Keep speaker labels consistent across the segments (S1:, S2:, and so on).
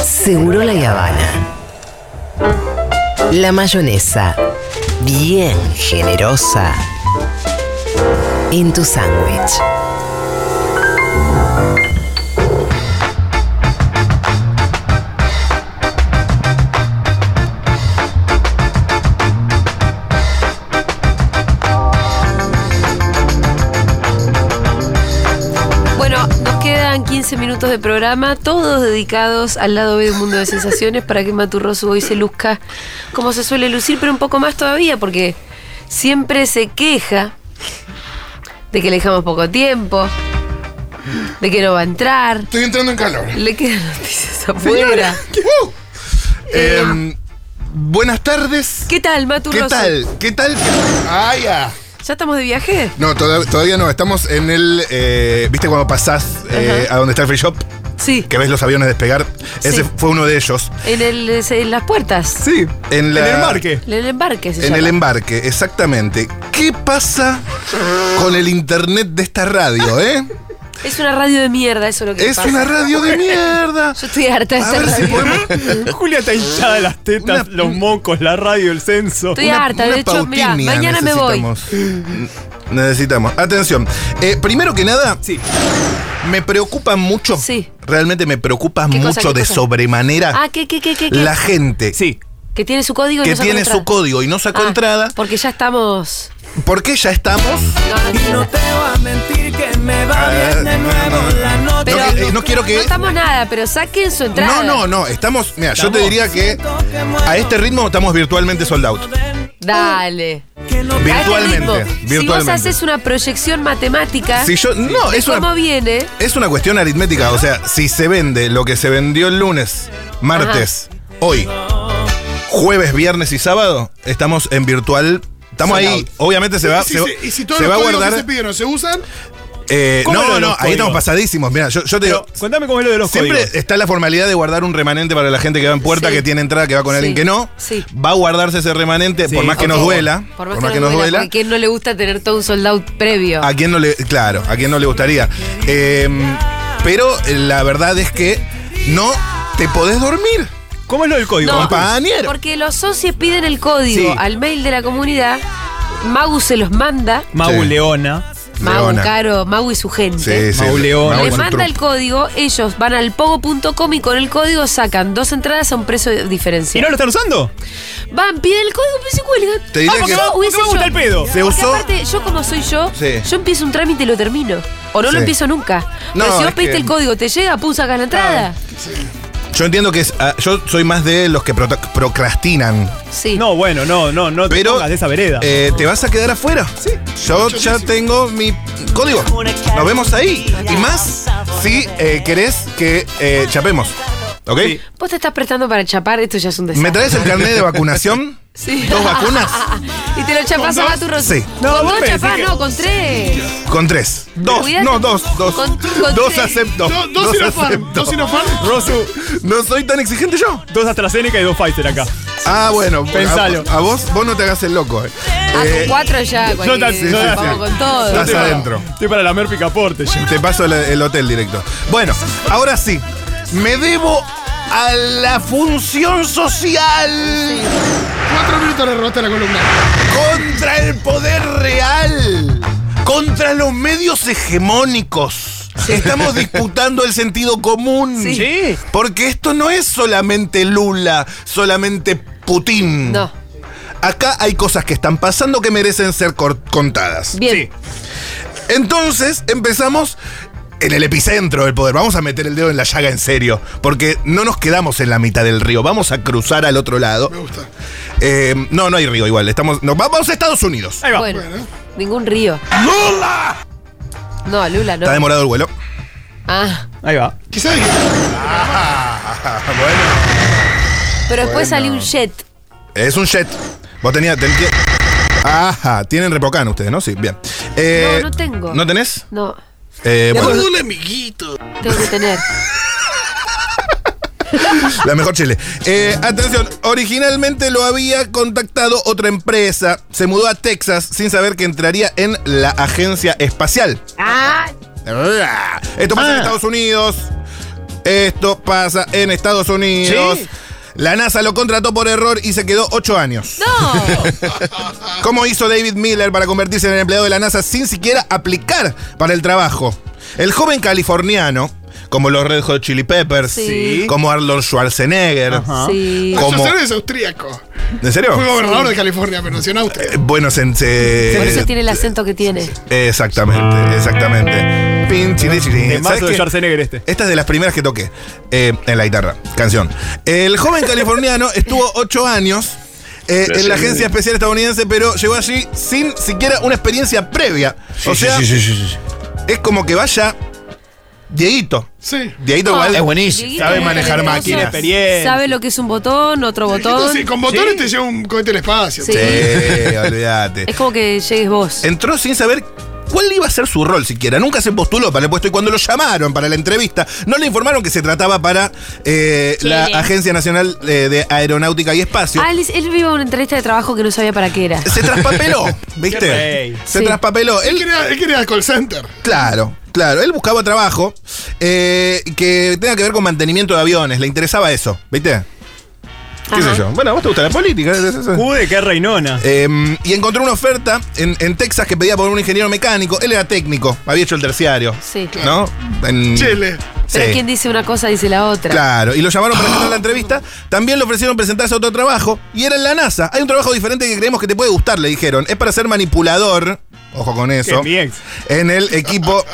S1: Seguro la Habana. La mayonesa, bien generosa, en tu sándwich.
S2: Bueno, nos quedan 15 minutos de programa, todos dedicados al lado B de un mundo de sensaciones para que Maturroso hoy se luzca como se suele lucir, pero un poco más todavía, porque siempre se queja de que le dejamos poco tiempo, de que no va a entrar,
S3: Estoy entrando en calor.
S2: le quedan noticias afuera.
S3: Señora. Uh. Em, buenas tardes.
S2: ¿Qué tal, Maturroso?
S3: ¿Qué tal? ¿Qué tal? Ah, ya.
S2: ¿Ya estamos de viaje?
S3: No, toda- todavía no. Estamos en el. eh, ¿Viste cuando pasás eh, a donde está el free shop?
S2: Sí.
S3: Que ves los aviones despegar. Ese
S2: Sí.
S3: fue uno de ellos.
S2: En, el, en las puertas,
S4: Sí.
S3: En la-
S4: el embarque.
S2: en el embarque se
S3: En
S2: llama.
S3: el em- embarque, exactamente. ¿Qué pasa con el internet de esta radio, eh?
S2: Es una radio de mierda, eso es lo que
S3: Es
S2: pasa.
S3: una radio de mierda.
S2: Yo estoy harta de
S3: A
S2: esta
S3: ver si
S2: radio.
S3: podemos.
S4: Julia está hinchada de las tetas,
S3: Una-
S4: los mocos, la radio, el censo.
S2: Estoy harta, de hecho, mira,
S3: pautinia
S2: mañana me voy.
S3: necesitamos. Necesitamos. Atención. Eh, primero que nada,
S4: Sí.
S3: me preocupa mucho.
S2: Sí.
S3: Realmente me preocupa
S2: ¿Qué
S3: mucho
S2: cosa, qué
S3: de
S2: cosa?
S3: sobremanera
S2: Ah, ¿qué, qué, qué, qué? qué?
S3: la gente
S4: Sí.
S2: Que tiene su código y
S3: que
S2: no sacó
S3: tiene
S2: entrada.
S3: su código y no sacó
S2: Ah,
S3: entrada.
S2: Porque ya estamos.
S3: Porque ya estamos.
S2: No, no, no, no.
S3: Ah, no,
S2: Pero-
S3: que- eh, no quiero
S2: No
S3: que.
S2: estamos nada, pero saquen su entrada.
S3: No, no, no. Estamos. Mira, yo te
S4: Estamos.
S3: diría que a este ritmo estamos virtualmente sold out.
S2: Dale. A
S3: Virtualmente.
S2: este ritmo, este Si vos
S3: virtualmente.
S2: haces una proyección matemática,
S3: Si yo. No, es una.
S2: ¿cómo viene?
S3: Es una cuestión aritmética, o sea, si se vende lo que se vendió el lunes, martes, hoy, jueves, viernes y sábado, estamos en virtual. Estamos
S4: Sold
S3: ahí.
S4: out.
S3: Obviamente se va,
S5: Y si,
S3: se,
S5: se- y si todos
S3: se
S5: los
S3: va a
S5: códigos que
S3: guardar.
S5: se pidieron se usan,
S3: eh,
S4: ¿Cómo
S3: no, no,
S4: eran
S3: no,
S4: los
S3: ahí estamos
S4: códigos?
S3: pasadísimos. Mira, yo, yo te
S4: Pero
S3: digo.
S4: contame cómo es lo de los
S3: Siempre
S4: códigos.
S3: está la formalidad de guardar un remanente para la gente que va en puerta,
S2: Sí.
S3: que tiene entrada, que va con
S2: Sí.
S3: alguien que no.
S2: Sí.
S3: Va a guardarse ese remanente,
S4: Sí.
S3: por más que
S4: Ok.
S3: nos duela.
S2: Por más que, nos duela. Porque a quién no le gusta tener todo un sold out previo.
S3: ¿A quién no le, claro, a quién no le gustaría? Eh, pero la verdad es que no te podés dormir.
S4: ¿Cómo es lo del código?
S2: No.
S4: papá?
S3: compañero.
S2: Porque los socios piden el código
S4: Sí.
S2: al mail de la comunidad. Magu se los manda.
S4: Mau
S3: Sí.
S4: Leona.
S2: Magu
S3: Leona.
S2: Caro, Magu y su gente.
S3: Sí, sí.
S4: Mau León.
S3: Mau
S2: Le
S3: es un
S2: manda el
S3: truco.
S2: código, ellos van al pogo.com y con el código sacan dos entradas a un precio
S4: ¿Y no
S2: diferencial.
S4: lo están usando?
S2: Van, piden el código, pero se cuelgan.
S3: Te diré
S4: Ah, porque
S3: que-
S4: va- porque
S2: Hubiese
S4: me gusta
S2: yo-
S4: el pedo.
S3: Se
S2: Porque
S3: usó.
S2: aparte, yo como soy yo,
S3: Sí.
S2: yo empiezo un trámite y lo termino. O no lo
S3: Sí.
S2: empiezo nunca.
S3: No,
S2: pero si vos
S3: es
S2: pediste
S3: que-
S2: el código, te llega, pum, sacas la entrada.
S3: Yo entiendo que es, ah, yo soy más de los que proto- procrastinan.
S2: Sí.
S4: No, bueno, no, no, no te
S3: Pero
S4: pongas de esa vereda.
S3: eh, te vas a quedar afuera. Sí. Yo ya tengo mi código. Nos vemos ahí. Y más si eh, querés que eh, chapemos. ¿Ok?
S4: Sí.
S2: Vos te estás prestando para chapar, esto ya es un desastre.
S3: ¿Me traes el carnet de vacunación?
S2: Sí.
S3: ¿Dos vacunas?
S2: y te lo chapás a tu
S3: Sí.
S2: No,
S4: No,
S2: con
S4: vos
S2: dos
S4: pensé
S2: chapás,
S4: que-
S2: no, con tres.
S3: Con tres. Dos.
S2: Cuidado.
S3: No, dos. Dos.
S2: Con- con
S3: dos
S2: tres.
S3: acepto.
S5: do- dos
S3: dos
S5: Sinopharm.
S3: acepto.
S5: Dos Sinopharm.
S4: Rosu,
S3: No soy tan exigente yo.
S4: dos AstraZeneca y dos Pfizer acá.
S3: Ah, bueno.
S4: Pensalo.
S3: A, a vos, vos no te hagas el loco. eh.
S2: Ah,
S3: Eh,
S2: con cuatro ya,
S4: yo
S2: cualquier-
S4: te- yo te-
S2: vamos con
S3: Estás
S2: todo.
S4: Estoy para-
S3: adentro.
S4: Estoy para lamer picaporte. yo.
S3: Te paso el, el hotel directo. Bueno, ahora sí. Me debo a la función social
S5: cuatro minutos le robaste la columna.
S3: contra el poder real, contra los medios hegemónicos. Estamos disputando el sentido común.
S2: Sí.
S4: Sí.
S3: Porque esto no es solamente Lula, solamente Putin.
S2: No,
S3: Acá hay cosas que están pasando que merecen ser cor- contadas.
S2: bien.
S3: Entonces empezamos en el epicentro del poder. Vamos a meter el dedo en la llaga en serio, porque no nos quedamos en la mitad del río. Vamos a cruzar al otro lado. Me gusta. no, no hay río igual. Estamos, nos vamos a Estados Unidos.
S4: Ahí va.
S2: Bueno, ningún río.
S3: ¡Lula!
S2: No, Lula, no.
S3: Está demorado el vuelo.
S2: Ah,
S4: Ahí va.
S5: Quizás
S3: Ah, bueno.
S2: pero después salió un jet.
S3: Es un jet. Vos tenías. ten- tie- Ajá, tienen repocán ustedes, ¿no? Sí, bien. Eh,
S2: No, no tengo.
S3: ¿No tenés?
S2: No,
S3: Eh, bueno,
S2: tengo que tener.
S3: La mejor Chile. Eh, atención, originalmente lo había contactado otra empresa. Se mudó a Texas sin saber que entraría en la agencia espacial.
S2: Ah,
S4: Ah.
S3: Esto pasa en Estados Unidos. Esto pasa en Estados Unidos.
S4: ¿Sí?
S3: La NASA lo contrató por error y se quedó ocho años.
S2: ¡No!
S3: ¿Cómo hizo David Miller para convertirse en el empleado de la NASA sin siquiera aplicar para el trabajo? El joven californiano, como los Red Hot Chili Peppers,
S2: Sí.
S3: como Arnold Schwarzenegger.
S4: Ajá.
S2: Sí.
S3: ¿Cómo?
S5: Schwarzenegger es austríaco.
S3: ¿En serio?
S5: Fue gobernador de California, pero nació en Austria.
S3: Eh, Bueno, se- se-
S2: Por eso tiene el acento que tiene.
S4: Ah.
S3: Exactamente, exactamente. Pin, chiri, chiri. Eh, ¿Sabes
S4: Temazo de
S3: qué?
S4: Schwarzenegger este.
S3: Esta es de las primeras que toqué eh, en la guitarra, canción. El joven californiano estuvo ocho años eh, en la agencia especial estadounidense, pero llegó allí sin siquiera una experiencia previa. o sea, es como que vaya Dieguito.
S5: Sí.
S3: Dieguito igual.
S6: Es buenísimo.
S2: Ah, Dieguito
S3: Sabe
S2: es
S3: manejar
S2: talentoso,
S3: máquinas.
S4: Experiencia.
S2: Sabe lo que es un botón, otro botón.
S5: Entonces, sí, con botones te lleva un cohete al espacio.
S2: Sí.
S3: Sí, olvídate.
S2: Es como que llegues vos.
S3: Entró sin saber cuál iba a ser su rol siquiera. Nunca se postuló para el puesto y cuando lo llamaron para la entrevista, no le informaron que se trataba para eh,
S2: Sí.
S3: la Agencia Nacional eh, de Aeronáutica y Espacio.
S2: Alice, Ah, él viva una entrevista de trabajo que no sabía para qué era.
S3: Se traspapeló,
S4: Qué
S3: ¿viste?
S4: rey.
S3: Se
S2: Sí.
S3: traspapeló.
S5: Él
S3: Él,
S5: quería, él quería call center.
S3: claro, claro. Él buscaba trabajo eh, que tenga que ver con mantenimiento de aviones. Le interesaba eso, ¿viste? ¿Qué
S2: Ajá.
S3: sé yo? Bueno, a vos te gusta la política.
S4: Jude, qué reinona.
S3: Eh, y encontró una oferta en, en Texas que pedía por un ingeniero mecánico. Él era técnico, había hecho el terciario.
S2: Sí.
S3: ¿No?
S2: Mm.
S3: En
S5: Chile.
S2: Pero
S3: Sí.
S2: quien dice una cosa dice la otra.
S3: Claro, y lo llamaron para hacer la entrevista. También le ofrecieron presentarse a otro trabajo y era en la NASA. Hay un trabajo diferente que creemos que te puede gustar, le dijeron. Es para ser manipulador, ojo con
S4: Que
S3: eso,
S4: mi ex.
S3: en el equipo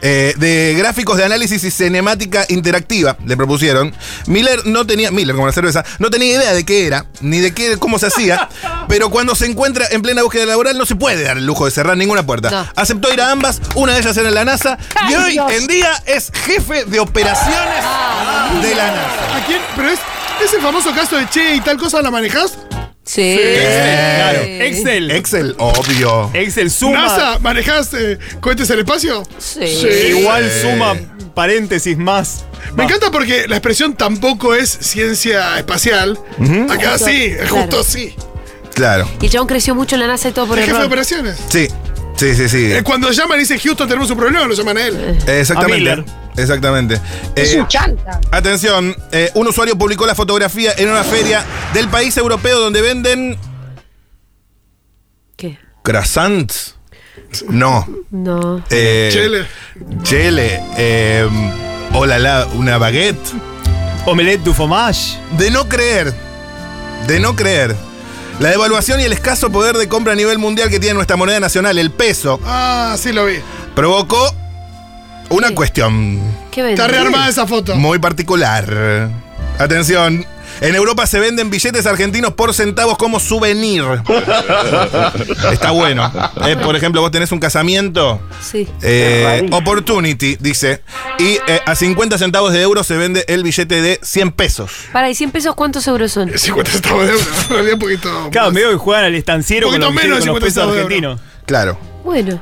S3: eh, de gráficos de análisis y cinemática interactiva, le propusieron. Miller no tenía, Miller como la cerveza, no tenía idea de qué era, ni de qué, cómo se hacía, pero cuando se encuentra en plena búsqueda laboral no se puede dar el lujo de cerrar ninguna puerta.
S2: No.
S3: Aceptó ir a ambas, una de ellas era en la NASA
S2: ¡Ay,
S3: y hoy
S2: Dios!
S3: en día es jefe de operaciones
S2: Ah,
S3: de la NASA.
S5: ¿A quién? Pero es ese famoso caso de che y tal cosa la manejás.
S2: Sí.
S3: Eh.
S4: Claro.
S2: Excel.
S4: Excel.
S3: Excel, obvio.
S4: Excel suma.
S5: NASA, ¿manejás eh, cohetes al espacio?
S2: Sí.
S4: Igual suma paréntesis más.
S5: Me
S4: Va.
S5: encanta porque la expresión tampoco es ciencia espacial. Acá
S2: Justo,
S5: sí,
S2: claro.
S5: justo sí.
S3: Claro.
S2: Y el chabón creció mucho en la NASA y todo por
S5: El jefe de
S2: error.
S5: operaciones.
S3: Sí, sí, sí, sí.
S5: Eh, Cuando llaman y dicen Houston tenemos un problema, lo llaman a él.
S4: A
S3: Exactamente.
S4: Miller.
S3: Exactamente. Eh, atención, eh, un usuario publicó la fotografía en una feria del país europeo donde venden
S2: ¿Qué?
S3: croissants. No.
S2: No.
S3: eh,
S5: Chele.
S3: Chele. eh, oh la la, una baguette.
S4: Omelette du fromage.
S3: De no creer. De no creer. La devaluación y el escaso poder de compra a nivel mundial que tiene nuestra moneda nacional, el peso,
S5: Ah, sí lo vi.
S3: provocó una
S2: Sí.
S3: cuestión
S2: ¿Qué vende?
S5: Está rearmada esa foto.
S3: Muy particular. Atención. En Europa se venden billetes argentinos por centavos como souvenir. Está bueno. Eh, por ejemplo, vos tenés un casamiento.
S2: Sí.
S3: eh, opportunity, dice. Y eh, a 50 centavos de euro se vende el billete de 100 pesos.
S2: Para, ¿y 100 pesos cuántos euros son?
S5: 50 centavos de euro. En realidad, un poquito.
S4: Claro, medio que juegan al estanciero con
S5: Poquito
S4: los,
S5: menos de
S4: con los
S5: 50
S4: pesos
S5: de euro.
S4: argentinos.
S3: Claro.
S2: Bueno,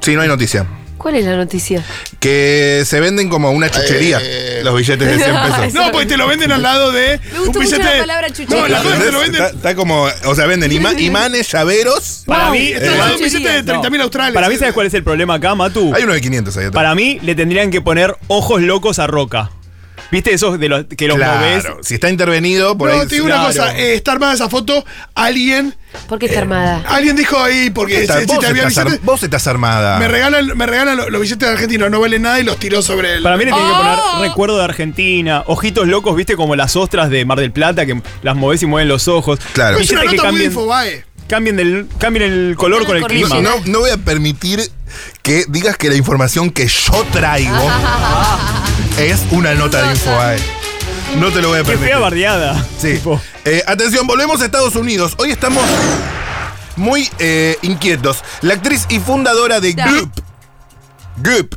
S3: Sí, no hay noticia.
S2: ¿cuál es la noticia?
S3: Que se venden como una chuchería los billetes de 100 pesos.
S5: No,
S2: pues,
S5: porque te lo venden al lado de.
S2: Me gusta
S5: un
S2: mucho
S5: billete
S2: la
S5: de-
S2: palabra chuchería.
S5: No, la joda es que te lo
S3: Está,
S5: venden.
S3: está como, o sea, venden ima- imanes, llaveros.
S4: Para
S2: Wow.
S4: mí,
S2: Eh,
S5: Está al lado de un billete de
S2: No.
S5: 30.000 australes.
S4: Para mí, ¿sabes cuál es el problema acá,
S5: Uh.
S4: Matu?
S3: Hay uno de 500 ahí atrás.
S4: Para mí, le tendrían que poner ojos locos a Roca. ¿Viste esos de los que los movés?
S3: Claro, si está intervenido, por
S5: No,
S3: ahí.
S5: te digo una
S4: Claro.
S5: cosa. eh, está armada esa foto. Alguien.
S2: ¿Por qué está armada?
S5: Alguien dijo ahí, porque
S3: Está-
S5: si
S3: vos,
S5: te había
S3: estás ar-
S5: billetes.
S3: vos estás armada.
S5: Me regalan, me regalan lo- los billetes argentinos, no valen nada y los tiró sobre el.
S4: Para mí le tienen que
S2: Oh.
S4: poner recuerdo de Argentina, ojitos locos, viste como las ostras de Mar del Plata que las movés y mueven los ojos.
S3: Claro.
S5: es una
S4: Billetes que
S5: nota muy
S4: cambien,
S5: infobae.
S4: cambien, del- cambien el color con el
S2: Cambien el
S4: clima.
S2: color.
S3: no, no voy a permitir que digas que la información que yo traigo es una nota de InfoAe. No te lo voy a
S4: Qué
S3: permitir.
S4: fea bardeada.
S3: Sí.
S4: Tipo,
S3: Eh, atención, volvemos a Estados Unidos. Hoy estamos muy eh, inquietos. La actriz y fundadora de
S2: Ya.
S3: Goop. Goop.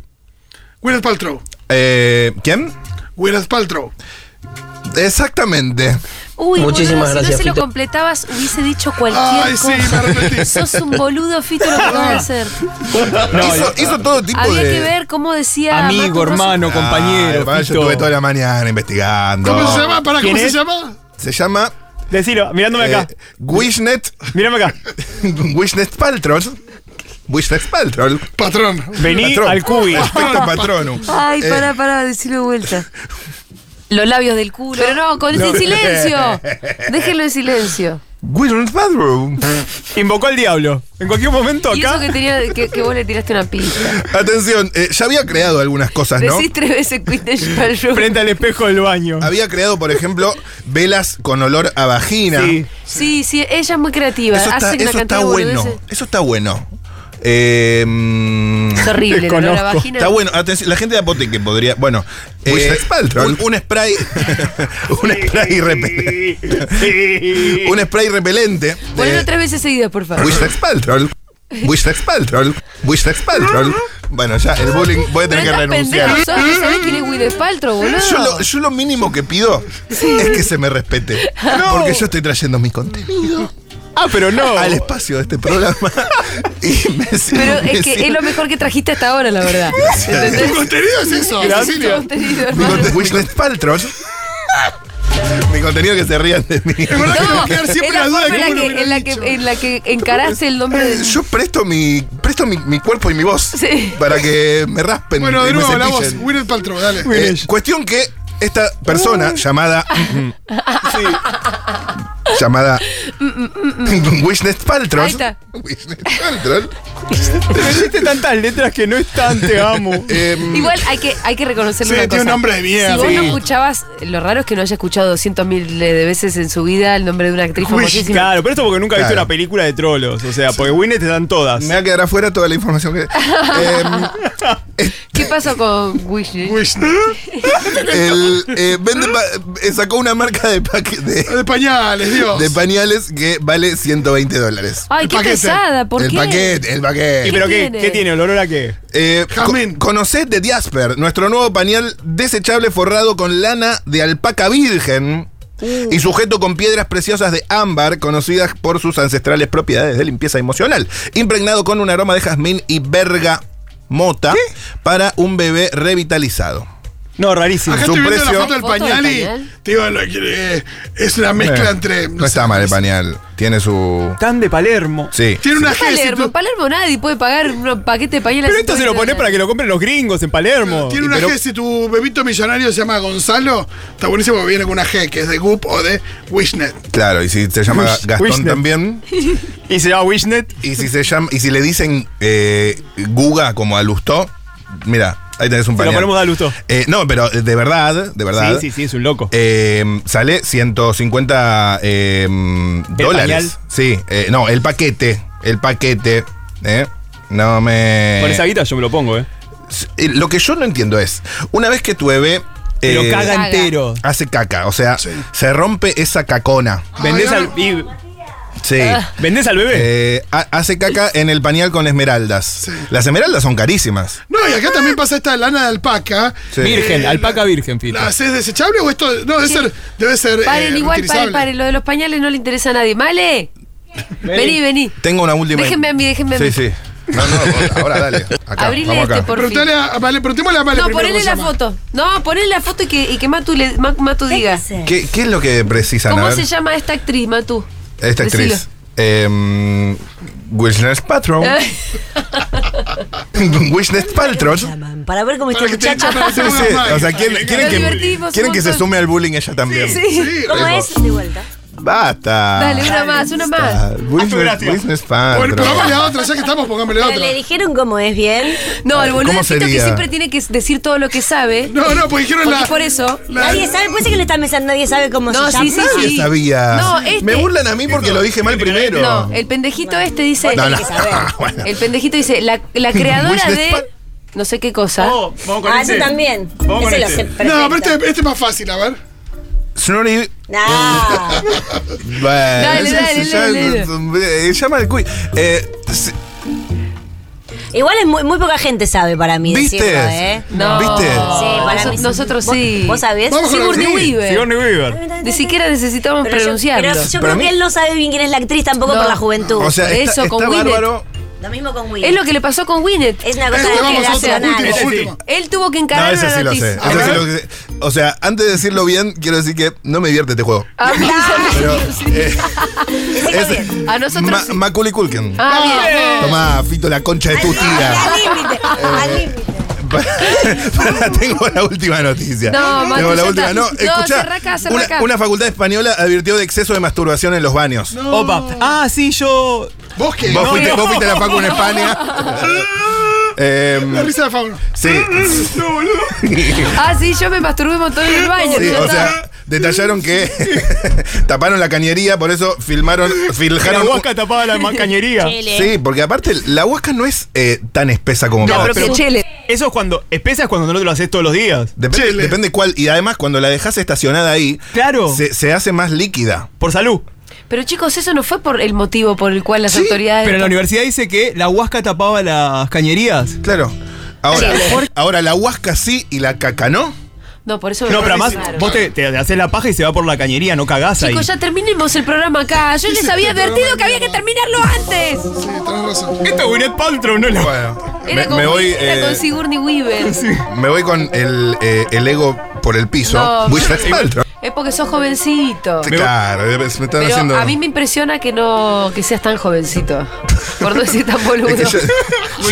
S5: Gwyneth Paltrow.
S3: Eh, ¿Quién?
S5: Gwyneth Paltrow.
S3: Exactamente.
S2: Uy,
S6: Muchísimas
S2: boludo,
S6: gracias,
S2: Si no se
S6: Fito.
S2: lo completabas, hubiese dicho cualquier
S5: Ay, sí,
S2: cosa.
S5: me arrepentí.
S2: Sos un boludo, Fito, lo que vas a hacer.
S3: hizo, hizo todo tipo
S2: Había
S3: de.
S2: que ver cómo decía. Mato
S4: amigo,
S2: Grosso.
S4: hermano,
S3: Ah,
S4: compañero.
S3: hermano, yo
S4: Fito.
S3: estuve toda la mañana investigando.
S5: ¿Cómo se llama? Pará, ¿cómo
S4: ¿Quién
S5: se
S4: es?
S5: llama?
S3: Se llama
S4: Decilo, mirándome
S3: eh,
S4: acá.
S3: Wishnet,
S4: Mírame acá.
S3: Wishnet Paltrow. Wishflex Paltrow.
S5: Patrón.
S4: Vení
S3: Patrón.
S4: al cubi.
S3: Aspecto patronum.
S2: Ay,
S3: Eh,
S2: pará, pará, decirlo de vuelta. Los labios del culo. Pero no, con ese
S3: No.
S2: silencio. Déjenlo en silencio.
S3: Wishflex Paltrow.
S4: Invocó al diablo. En cualquier momento
S2: Y eso
S4: acá.
S2: que, tenía, que, que vos le tiraste una pista.
S3: Atención, eh, ya había creado algunas cosas, ¿no?
S2: Decís tres veces Queen the Shell Room.
S4: Frente al espejo del baño.
S3: Había creado, por ejemplo, velas con olor a vagina.
S4: Sí.
S2: Sí, sí, ella es muy creativa.
S3: Eso está,
S2: Hace una
S3: eso
S2: cantidad
S3: está
S2: de
S3: bueno.
S2: boludeces.
S3: Eso está bueno. Eh, mm,
S2: Es horrible, el olor a
S4: Desconozco.
S2: vagina.
S3: Está bueno, atención, la gente de Apoteque podría. Bueno, eh, un, un spray. un spray repelente. Un spray repelente. eh, de-
S2: Ponelo tres veces seguidas, por favor.
S3: Wishflex Paltrow. Wishflex Paltrow. Wishflex Paltrow. Bueno, ya, el bullying voy a tener que
S2: Pero estás
S3: renunciar.
S2: pendejo, ¿sabes? ¿No ¿Sabes quién es Guido Espaltro, boludo?
S3: Yo lo, yo lo mínimo que pido es que se me respete. Porque yo estoy trayendo mi contenido
S4: Ah, pero no.
S3: al espacio de este programa. Y me
S2: Pero es que es lo mejor que trajiste hasta ahora, la verdad. ¿Entendés?
S5: Tu contenido es eso,
S2: Ese es tu
S5: Cecilia.
S2: contenido,
S3: Mi,
S2: hermano.
S3: conte- Wishflex Paltrow. mi contenido que se rían de mí.
S5: Es verdad que va
S2: No,
S5: a quedar siempre
S2: es la
S5: la duda de
S2: forma
S5: cómo
S2: en la
S5: lo
S2: que- en la
S5: hubieran
S2: que-
S5: dicho.
S2: en la que encaraste el nombre del.
S3: Yo presto mi presto mi, mi cuerpo y mi voz
S2: Sí.
S3: para que me raspen.
S5: Bueno,
S3: y
S5: de
S3: me
S5: nuevo hablamos.
S3: cepillen.
S5: Winnet Paltrow, dale.
S3: Eh, cuestión que esta persona llamada. Llamada. Wishnet Paltrow.
S2: Ahí está.
S3: Wishnet Paltrow.
S4: Pero hiciste tantas letras que no están, te amo.
S3: em,
S2: Igual hay que, hay que reconocerle
S5: Sí,
S2: una
S5: tiene
S2: cosa.
S5: un nombre de mierda.
S2: Si vos no
S5: Sí.
S2: escuchabas, lo raro es que no haya escuchado 200.000 mil de veces en su vida el nombre de una actriz
S4: Wish,
S2: famosísima.
S4: claro, pero esto porque nunca he visto
S3: Claro.
S4: una película de trolos. O sea, porque Winnet te dan todas.
S3: me va a quedar afuera toda la información que. em,
S2: ¿Qué pasó con Whitney?
S5: Winnet.
S3: el, eh, vende pa- eh, sacó una marca de, paque- de,
S5: De pañales, Dios.
S3: de pañales que vale 120 dólares.
S2: Ay,
S5: El
S2: qué
S5: paquete.
S2: pesada, ¿por
S3: el
S2: qué?
S3: paquete, el paquete.
S4: ¿Y pero qué?
S2: tiene?
S4: ¿Qué tiene? ¿Olor a qué?
S3: Eh, co-
S5: Jazmín.
S3: conoced de Diasper, nuestro nuevo pañal desechable forrado con lana de alpaca virgen
S2: Uh.
S3: y sujeto con piedras preciosas de ámbar, conocidas por sus ancestrales propiedades de limpieza emocional, impregnado con un aroma de jazmín y verga mota para un bebé revitalizado.
S4: No, rarísimo.
S5: Acá
S3: su
S5: estoy viendo
S3: precio-
S5: la foto del
S2: ¿Foto del
S5: pañal y.
S2: pañal?
S5: Te digo, lo que- eh, es una mezcla
S3: Eh,
S5: entre.
S3: No está
S5: sé,
S3: mal el pañal, tiene su...
S4: Tan de Palermo.
S3: Sí.
S5: Tiene una
S2: Palermo,
S5: gestitu-
S2: Palermo nadie puede pagar un paquete de pañales. eh,
S4: Pero esto se lo pone para que lo compren los gringos en Palermo.
S5: Tiene una
S4: Pero-
S5: G, si tu bebito millonario se llama Gonzalo, está buenísimo porque viene con una G, que es de Goop o de Wishnet.
S3: Claro, y si se llama
S4: Wish-
S3: Gastón
S4: Wishnet.
S3: también...
S4: Y se llama Wishnet.
S3: Y si se llama, y si le dicen eh, Guga como a Lustó, mira, ahí tenés un
S4: Se lo
S3: pañal.
S4: ponemos a Lustó.
S3: Eh, no, pero de verdad, de verdad.
S4: Sí, sí, sí, es un loco.
S3: eh, sale 150 eh, dólares.
S4: pañal?
S3: Sí, eh, no, el paquete. El paquete. eh, No me.
S4: Con esa guita yo me lo pongo, ¿eh?
S3: Eh, Lo que yo no entiendo es, una vez que tu bebé.
S4: Te lo
S3: eh,
S4: caga
S2: Caga.
S4: entero.
S3: Hace caca, o sea, se rompe esa cacona.
S4: Vendés
S5: Ay,
S4: al, y-
S3: Sí.
S4: vendés al bebé.
S3: Eh, ha- hace caca en el pañal con esmeraldas. Las esmeraldas son carísimas.
S5: No, y acá
S2: Ah.
S5: también pasa esta lana de alpaca.
S3: Sí.
S4: virgen,
S5: Eh,
S4: alpaca virgen, Fito.
S5: ¿La haces desechable o esto? No, debe ser. Debe ser eh,
S2: Paren igual, paren,
S5: reutilizable.
S2: paren. Lo de los pañales no le interesa a nadie. ¡Male! Vení, vení.
S3: Tengo una última.
S2: Déjenme a mí, déjenme a mí.
S3: Sí, sí. No, no, vos, ahora dale. Acá,
S2: Abrile
S3: vamos
S2: este
S3: acá.
S2: por fin.
S5: Preguntale a Vale, preguntémosle a Vale
S2: No,
S5: primero
S2: ponele
S5: cómo se
S2: la
S5: llama.
S2: foto. No, ponele la foto y que, y que Matu, le, Ma- Matu diga.
S3: ¿Qué, qué es lo que precisan? A
S2: ¿Cómo
S3: ver,
S2: se llama esta actriz, Matu?
S3: Esta actriz. Eh, Wishnet Paltrow.
S2: Ah.
S3: Wishnet Paltrow. Sí,
S6: llaman para ver cómo está
S5: Para
S6: el
S5: que te
S6: muchacho.
S5: echen para hacer unas
S3: sí,
S5: manos.
S3: O sea, quieren, quieren
S2: Nos
S3: que,
S2: divertimos un
S3: quieren que se
S2: montón.
S3: sume al bullying ella también.
S2: Sí.
S6: ¿Cómo es? De vuelta.
S3: Basta.
S2: Dale, una más, una más.
S3: Ah, Wishnet, Wishnet
S5: Bueno,
S3: Paltrow.
S5: pongámosle a otra, ya que estamos, pongámosle a
S6: Pero
S5: otra.
S6: le dijeron cómo es bien.
S2: No, el boludo
S3: ¿Cómo
S2: es Fito que
S3: sería?
S2: siempre tiene que decir todo lo que sabe.
S5: No, no, porque dijeron
S2: Porque
S5: la.
S2: por eso-
S5: la-
S6: Nadie sabe, puede ser que lo están besando, nadie sabe cómo
S2: No,
S6: se llama. Ah,
S2: sí, sí,
S3: Nadie
S2: sí.
S3: sabía.
S2: No, este-
S3: Me burlan a mí porque lo dije mal primero.
S2: No, el pendejito este dice.
S3: No, no.
S6: Tiene que saber.
S3: Bueno.
S2: El pendejito dice, la, la creadora
S3: Wishnet
S2: de.
S3: Pal-
S2: No sé qué cosa.
S4: Oh.
S6: Ah, yo también.
S4: Vamos con
S6: Ese lo
S4: este.
S6: sé
S5: No, pero
S6: perfecto.
S5: este, este es más fácil, a ver.
S3: Snorri
S6: Nah.
S3: Bueno,
S2: Dale,
S3: eso
S2: dale,
S3: se
S2: dale,
S3: llama- eh, llama al cuy. Eh, se-
S6: Igual es muy, muy poca gente sabe para mí
S3: ¿Viste?
S6: decirlo, ¿eh?
S2: No.
S3: ¿Viste?
S6: Sí, para
S2: Noso-
S6: mí sí.
S2: nosotros
S6: ¿Vos-
S2: sí.
S6: ¿Vos sabés?
S5: Vamos con la
S2: Sigourney
S5: Sí.
S2: Weaver.
S4: Sigourney Weaver.
S2: Ni siquiera necesitamos
S6: Pero yo,
S2: pronunciarlo.
S6: pero yo
S3: Para
S6: creo
S3: mí-
S6: que él no sabe bien quién es la actriz tampoco
S2: No.
S6: por la juventud.
S3: O sea, está,
S2: Eso, con
S3: está
S2: Winnet.
S3: bárbaro. Eh,
S6: Lo mismo con Will.
S2: Es lo que le pasó con Winnet.
S6: Es una
S5: Este,
S6: cosa
S5: vamos a otro,
S6: generacional.
S5: último,
S4: Ese sí.
S5: último.
S2: Él tuvo que
S3: No,
S2: encarar
S3: ese
S2: una
S3: sí lo sé.
S2: noticia.
S3: ese sí lo sé. O sea, antes de decirlo bien, quiero decir que no me divierte este juego.
S2: Ah,
S3: Pero, eh,
S6: Decilo
S3: es-
S6: bien.
S2: A nosotros
S3: Ma-
S2: sí.
S3: Macaulay Culkin.
S2: Ah, bien.
S3: Tomá, Fito, la concha de tu tía.
S6: Al límite, al límite.
S3: Pará, tengo la última noticia.
S2: No, Matu,
S3: tengo
S2: ya
S3: la última.
S2: está.
S3: No,
S2: No,
S3: escuchá,
S2: cerrá acá, cerrá
S3: una,
S2: acá.
S3: una facultad española advirtió de exceso de masturbación en los baños.
S4: Opa. Ah, sí, yo.
S5: ¿Vos qué?
S3: Vos,
S4: No,
S3: fuiste,
S4: no.
S3: vos fuiste a la facu en España. Em,
S5: La risa de Fauno.
S3: sí.
S5: No, boludo.
S2: Ah, sí, yo me masturbé un montón en el baño.
S3: Sí,
S2: ya
S3: o
S2: está.
S3: sea, detallaron que taparon la cañería, por eso filmaron,
S4: La
S3: filjaron.
S4: huasca tapaba la ma- cañería.
S6: Chele.
S3: Sí, porque aparte la huasca no es eh, tan espesa como
S4: No,
S3: parece.
S2: propia
S4: pero-
S2: chele.
S4: Eso es cuando. Espesa es cuando no te lo haces todos los días.
S3: Depende,
S5: Chile.
S3: depende cuál. Y además, cuando la dejas estacionada ahí,
S4: Claro.
S3: se, se hace más líquida.
S4: Por salud.
S2: Pero chicos, eso no fue por el motivo por el cual las autoridades.
S4: Pero la universidad dice que la huasca tapaba las cañerías.
S3: Claro. Ahora,
S2: Chile.
S3: por- ahora la huasca sí y la caca no.
S2: No, por eso me
S4: No, pero además
S2: parece raro.
S4: vos te, te haces la paja y se va por la cañería, no cagás ahí.
S2: Chicos, ya terminemos el programa acá. Yo
S5: ¿Qué
S2: les
S5: es
S2: había
S5: este
S2: advertido
S5: programa
S2: que había que
S5: mierda?
S2: terminarlo antes.
S5: Sí, tenés razón.
S4: Esto es Gwyneth Paltrow, no la...
S3: Bueno,
S2: Era,
S3: me,
S2: con,
S3: me voy,
S2: era
S3: eh,
S2: con Sigourney Weaver.
S3: me voy con el, eh, el ego por el piso.
S2: No,
S3: Voy
S2: pero-
S3: a saltar.
S2: Es porque sos jovencito.
S3: Claro, me están
S2: Pero
S3: haciendo.
S2: a mí me impresiona que no que seas tan jovencito. Por no decir tan boludo.
S3: Es que yo-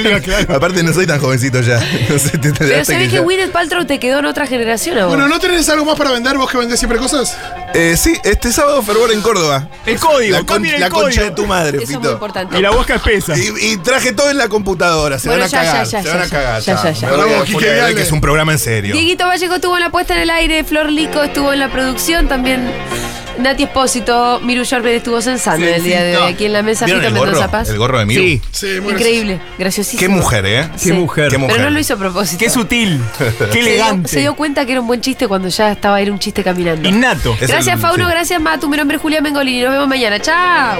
S3: Aparte, no soy tan jovencito ya. No sé, te- te
S2: Pero
S3: hace
S2: se ve que
S3: ya-
S2: Gwyneth Paltrow te quedó en otra generación a vos.
S5: Bueno, ¿no tenés algo más para vender vos que vendés siempre cosas?
S3: Eh, sí, este sábado fervor en Córdoba.
S4: El código,
S3: la, con-
S4: cambien el
S3: la concha
S4: código.
S3: de tu madre,
S2: Eso es
S3: Fito.
S2: muy importante.
S4: Y la huasca espesa.
S3: Y, y traje todo en la computadora. Se
S2: Bueno,
S3: van a
S2: ya,
S3: cagar.
S2: ya, ya,
S3: se van
S2: ya,
S3: a cagar.
S2: ya,
S3: chao.
S2: ya, ya.
S3: Me voy
S5: Bravo,
S3: a
S5: Quique
S3: Julia
S5: Viale.
S3: que es un programa en serio.
S2: Dieguito Vallejo estuvo en la puesta en el aire, Flor Lico estuvo en la producción, también Nati Espósito, Miru Sharpe estuvo censando el día de hoy aquí en la mesa.
S3: ¿Vieron
S2: Fito
S3: el gorro?
S2: Mendoza Paz.
S3: El gorro de Miru.
S4: Sí.
S5: Sí, bueno,
S2: Increíble, graciosísimo.
S3: Qué mujer, ¿eh?
S2: Sí.
S4: Qué mujer.
S3: Qué mujer.
S2: Pero no lo hizo a propósito.
S4: Qué sutil, qué
S2: Se dio-
S4: elegante.
S2: Se dio cuenta que era un buen chiste cuando ya estaba, era un chiste caminando.
S4: Innato.
S3: Es
S2: Gracias,
S3: el-
S2: Fauno,
S3: sí.
S2: gracias, Matu. Mi nombre es Julia Mengolini. Nos vemos mañana. Chao.